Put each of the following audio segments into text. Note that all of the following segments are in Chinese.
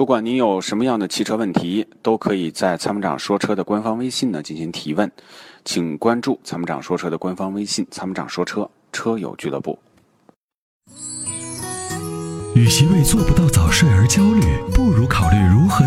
不管您有什么样的汽车问题，都可以在参谋长说车的官方微信呢进行提问，请关注参谋长说车的官方微信“参谋长说车车友俱乐部与其为做不到早睡而焦虑，不如考虑如何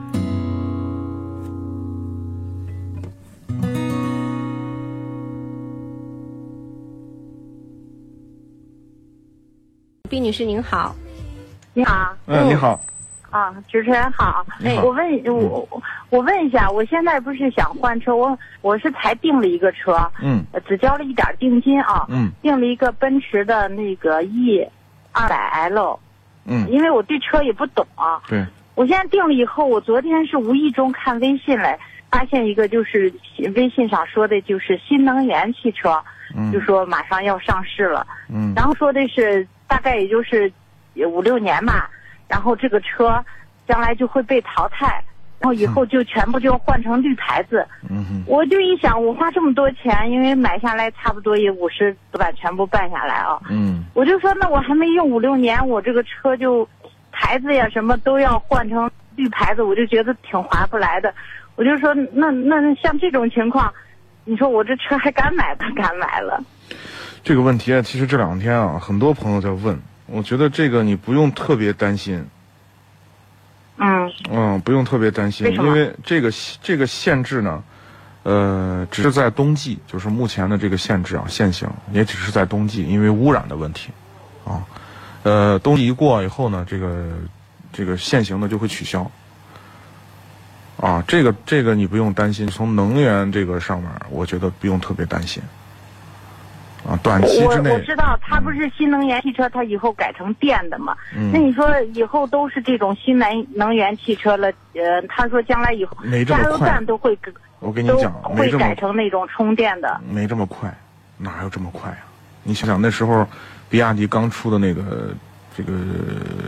毕女士您好，你好嗯，你好，啊，主持人好。哎你好嗯我问我我问一下，我现在不是想换车，我我是才订了一个车，嗯呃只交了一点儿定金啊，嗯订了一个奔驰的那个 E 二百 L，嗯，因为我对车也不懂啊。对，我现在订了以后，我昨天是无意中看微信来，发现一个就是微信上说的就是新能源汽车，嗯就说马上要上市了。嗯然后说的是大概也就是五六年吧，然后这个车将来就会被淘汰，然后以后就全部就换成绿牌子。嗯哼我就一想，我花这么多钱，因为买下来差不多也五十把全部办下来啊，嗯我就说那我还没用五六年，我这个车就牌子呀什么都要换成绿牌子，我就觉得挺划不来的。我就说那那那像这种情况，你说我这车还敢买不敢买了？这个问题啊，其实这两天啊，很多朋友在问，我觉得这个你不用特别担心，嗯嗯，不用特别担心，为什么因为这个这个限制呢，呃，只是在冬季，就是目前的这个限制啊，限行也只是在冬季，因为污染的问题，啊，呃，冬季一过以后呢，这个这个限行的就会取消，啊，这个这个你不用担心，从能源这个上面，我觉得不用特别担心，啊，短期之我内我，知道，它不是新能源汽车，它以后改成电的嘛？那嗯，你说以后都是这种新能能源汽车了？呃，他说将来以后没这加么油快站都会跟我跟你都讲，没会这么改成那种充电的。没这么快，哪有这么快呀、你想想那时候，比亚迪刚出的那个这个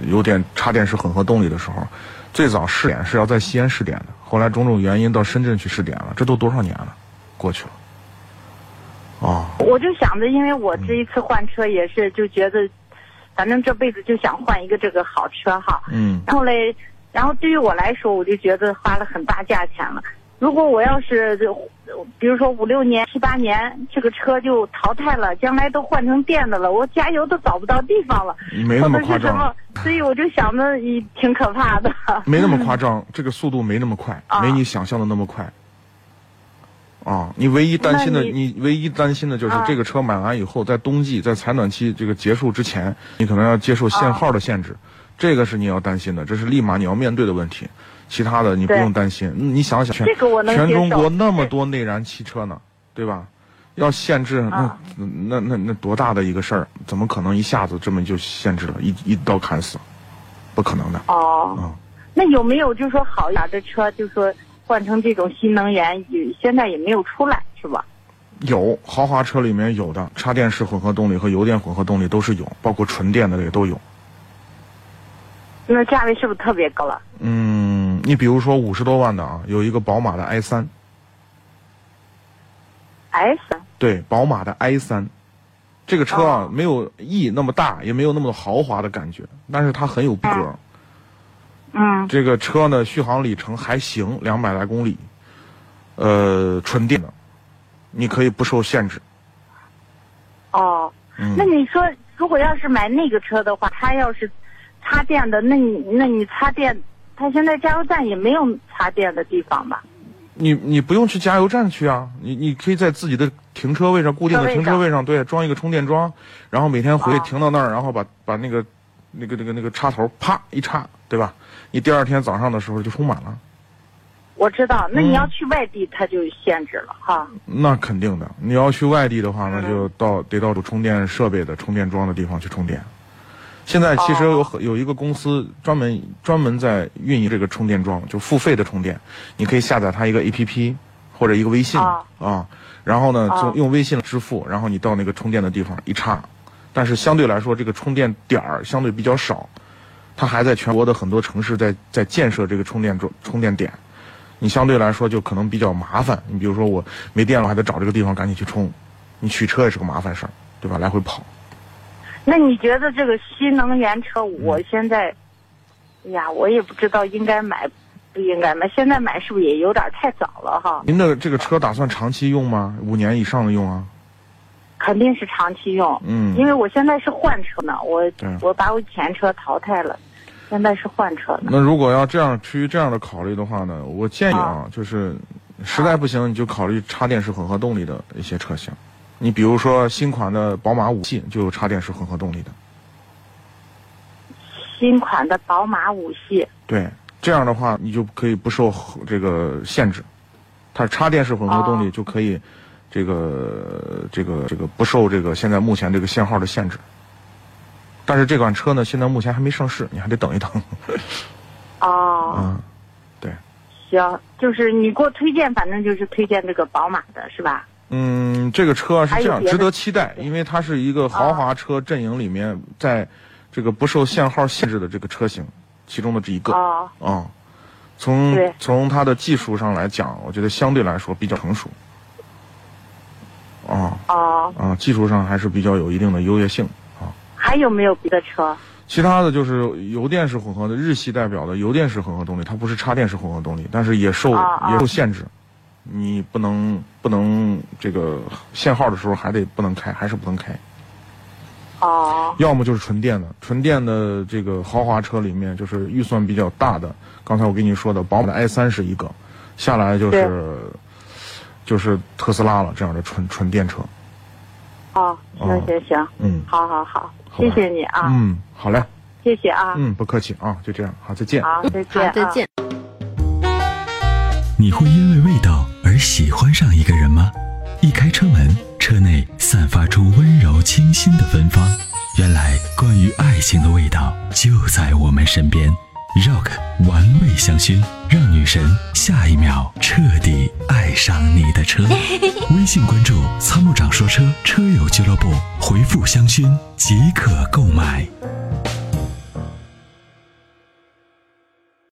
有点插电式混合动力的时候，最早试点是要在西安试点的，后来种种原因到深圳去试点了，这都多少年了，过去了。哦，我就想着，因为我嗯这一次换车也是，就觉得，反正这辈子就想换一个这个好车哈。嗯然后嘞，然后对于我来说，我就觉得花了很大价钱了。如果我要是就，比如说五六年、七八年，这个车就淘汰了，将来都换成电的了，我加油都找不到地方了，没那么或夸者是什张嗯么，， 所以我就想着也挺可怕的。没那么夸张， 这个速度没那么快，啊没你想象的那么快。啊，你唯一担心的，那你唯一担心的就是啊这个车买完以后，在冬季在采暖期这个结束之前，你可能要接受限号的限啊制，这个是你要担心的，这是立马你要面对的问题。其他的你不对用担心，嗯你想想，全这个我能全接受中国那么多内燃汽车呢，对吧？要限制那、啊那那那多大的一个事儿，怎么可能一下子这么就限制了，一一刀砍死，不可能的。 哦，嗯那有没有就说好一点的车，就说换成这种新能源，也现在也没有出来，是吧？有豪华车里面有的插电式混合动力和油电混合动力都是有，包括纯电的也都有。那价位是不是特别高了？嗯，你比如说五十多万的啊，有一个宝马的 i 三， S 对，宝马的 i 三，这个车啊、没有 E 那么大，也没有那么豪华的感觉，但是它很有逼格。嗯这个车呢，续航里程还行，两百来公里，呃，纯电的，你可以不受限制。哦，嗯那你说如果要是买那个车的话，它要是插电的，那你那你插电，它现在加油站也没有插电的地方吧？你你不用去加油站去啊，你你可以在自己的停车位上固定的车位停车上位上，对，装一个充电桩，然后每天回去哦停到那儿，然后把把那个那个那个那个插头啪一插，对吧？你第二天早上的时候就充满了，我知道，那嗯你要去外地，它就限制了哈。那肯定的。你要去外地的话，那嗯就到得到有充电设备的充电桩的地方去充电。现在其实哦有很有一个公司专门专门在运营这个充电桩，就付费的充电，你可以下载它一个 A P P 或者一个微信哦啊，然后呢，就哦用微信支付，然后你到那个充电的地方一插，但是相对来说，这个充电点儿相对比较少，它还在全国的很多城市在在建设这个充电桩充电点，你相对来说就可能比较麻烦。你比如说我没电了，还得找这个地方赶紧去充，你取车也是个麻烦事儿，对吧？来回跑。那你觉得这个新能源车，我嗯现在，哎呀，我也不知道应该买不应该买，现在买是不是也有点太早了哈？您的这个车打算长期用吗？五年以上的用啊？肯定是长期用，嗯因为我现在是换车呢，我对我把我前车淘汰了，现在是换车呢。那如果要这样出于这样的考虑的话呢，我建议啊，就是实在不行你就考虑插电式混合动力的一些车型。你比如说新款的宝马五系就有插电式混合动力的，新款的宝马五系，对，这样的话你就可以不受这个限制，它是插电式混合动力哦就可以，这个这个这个不受这个现在目前这个限号的限制。但是这款车呢，现在目前还没上市，你还得等一等。哦，啊，行，就是你给我推荐，反正就是推荐这个宝马的是吧？嗯，这个车是这还有样，别的哦值得期待，因为它是一个豪华车阵营里面，在这个不受限号限制的这个车型其中的这一个啊、哦，从对从它的技术上来讲，我觉得相对来说比较成熟，啊哦，啊，技术上还是比较有一定的优越性啊。还有没有别的车？其他的就是油电式混合的日系代表的油电式混合动力，它不是插电式混合动力，但是也受、啊啊也受限制，你不能不能这个限号的时候还得不能开，还是不能开。哦，要么就是纯电的，纯电的这个豪华车里面就是预算比较大的，刚才我跟你说的宝马的 i 三是一个，下来就是就是特斯拉了这样的纯纯电车。哦，哦行行行，嗯好好好，好吧谢谢你啊，嗯，好嘞，谢谢啊，嗯，不客气啊，就这样，好，再见。好，再见、好啊，，再见。你会因为味道而喜欢上一个人吗？一开车门，车内散发出温柔清新的芬芳。原来，关于爱情的味道就在我们身边。Rock 玩味香薰，让女神下一秒彻底爱上你的车。微信关注“参谋长说车”车友俱乐部，回复“香薰”即可购买。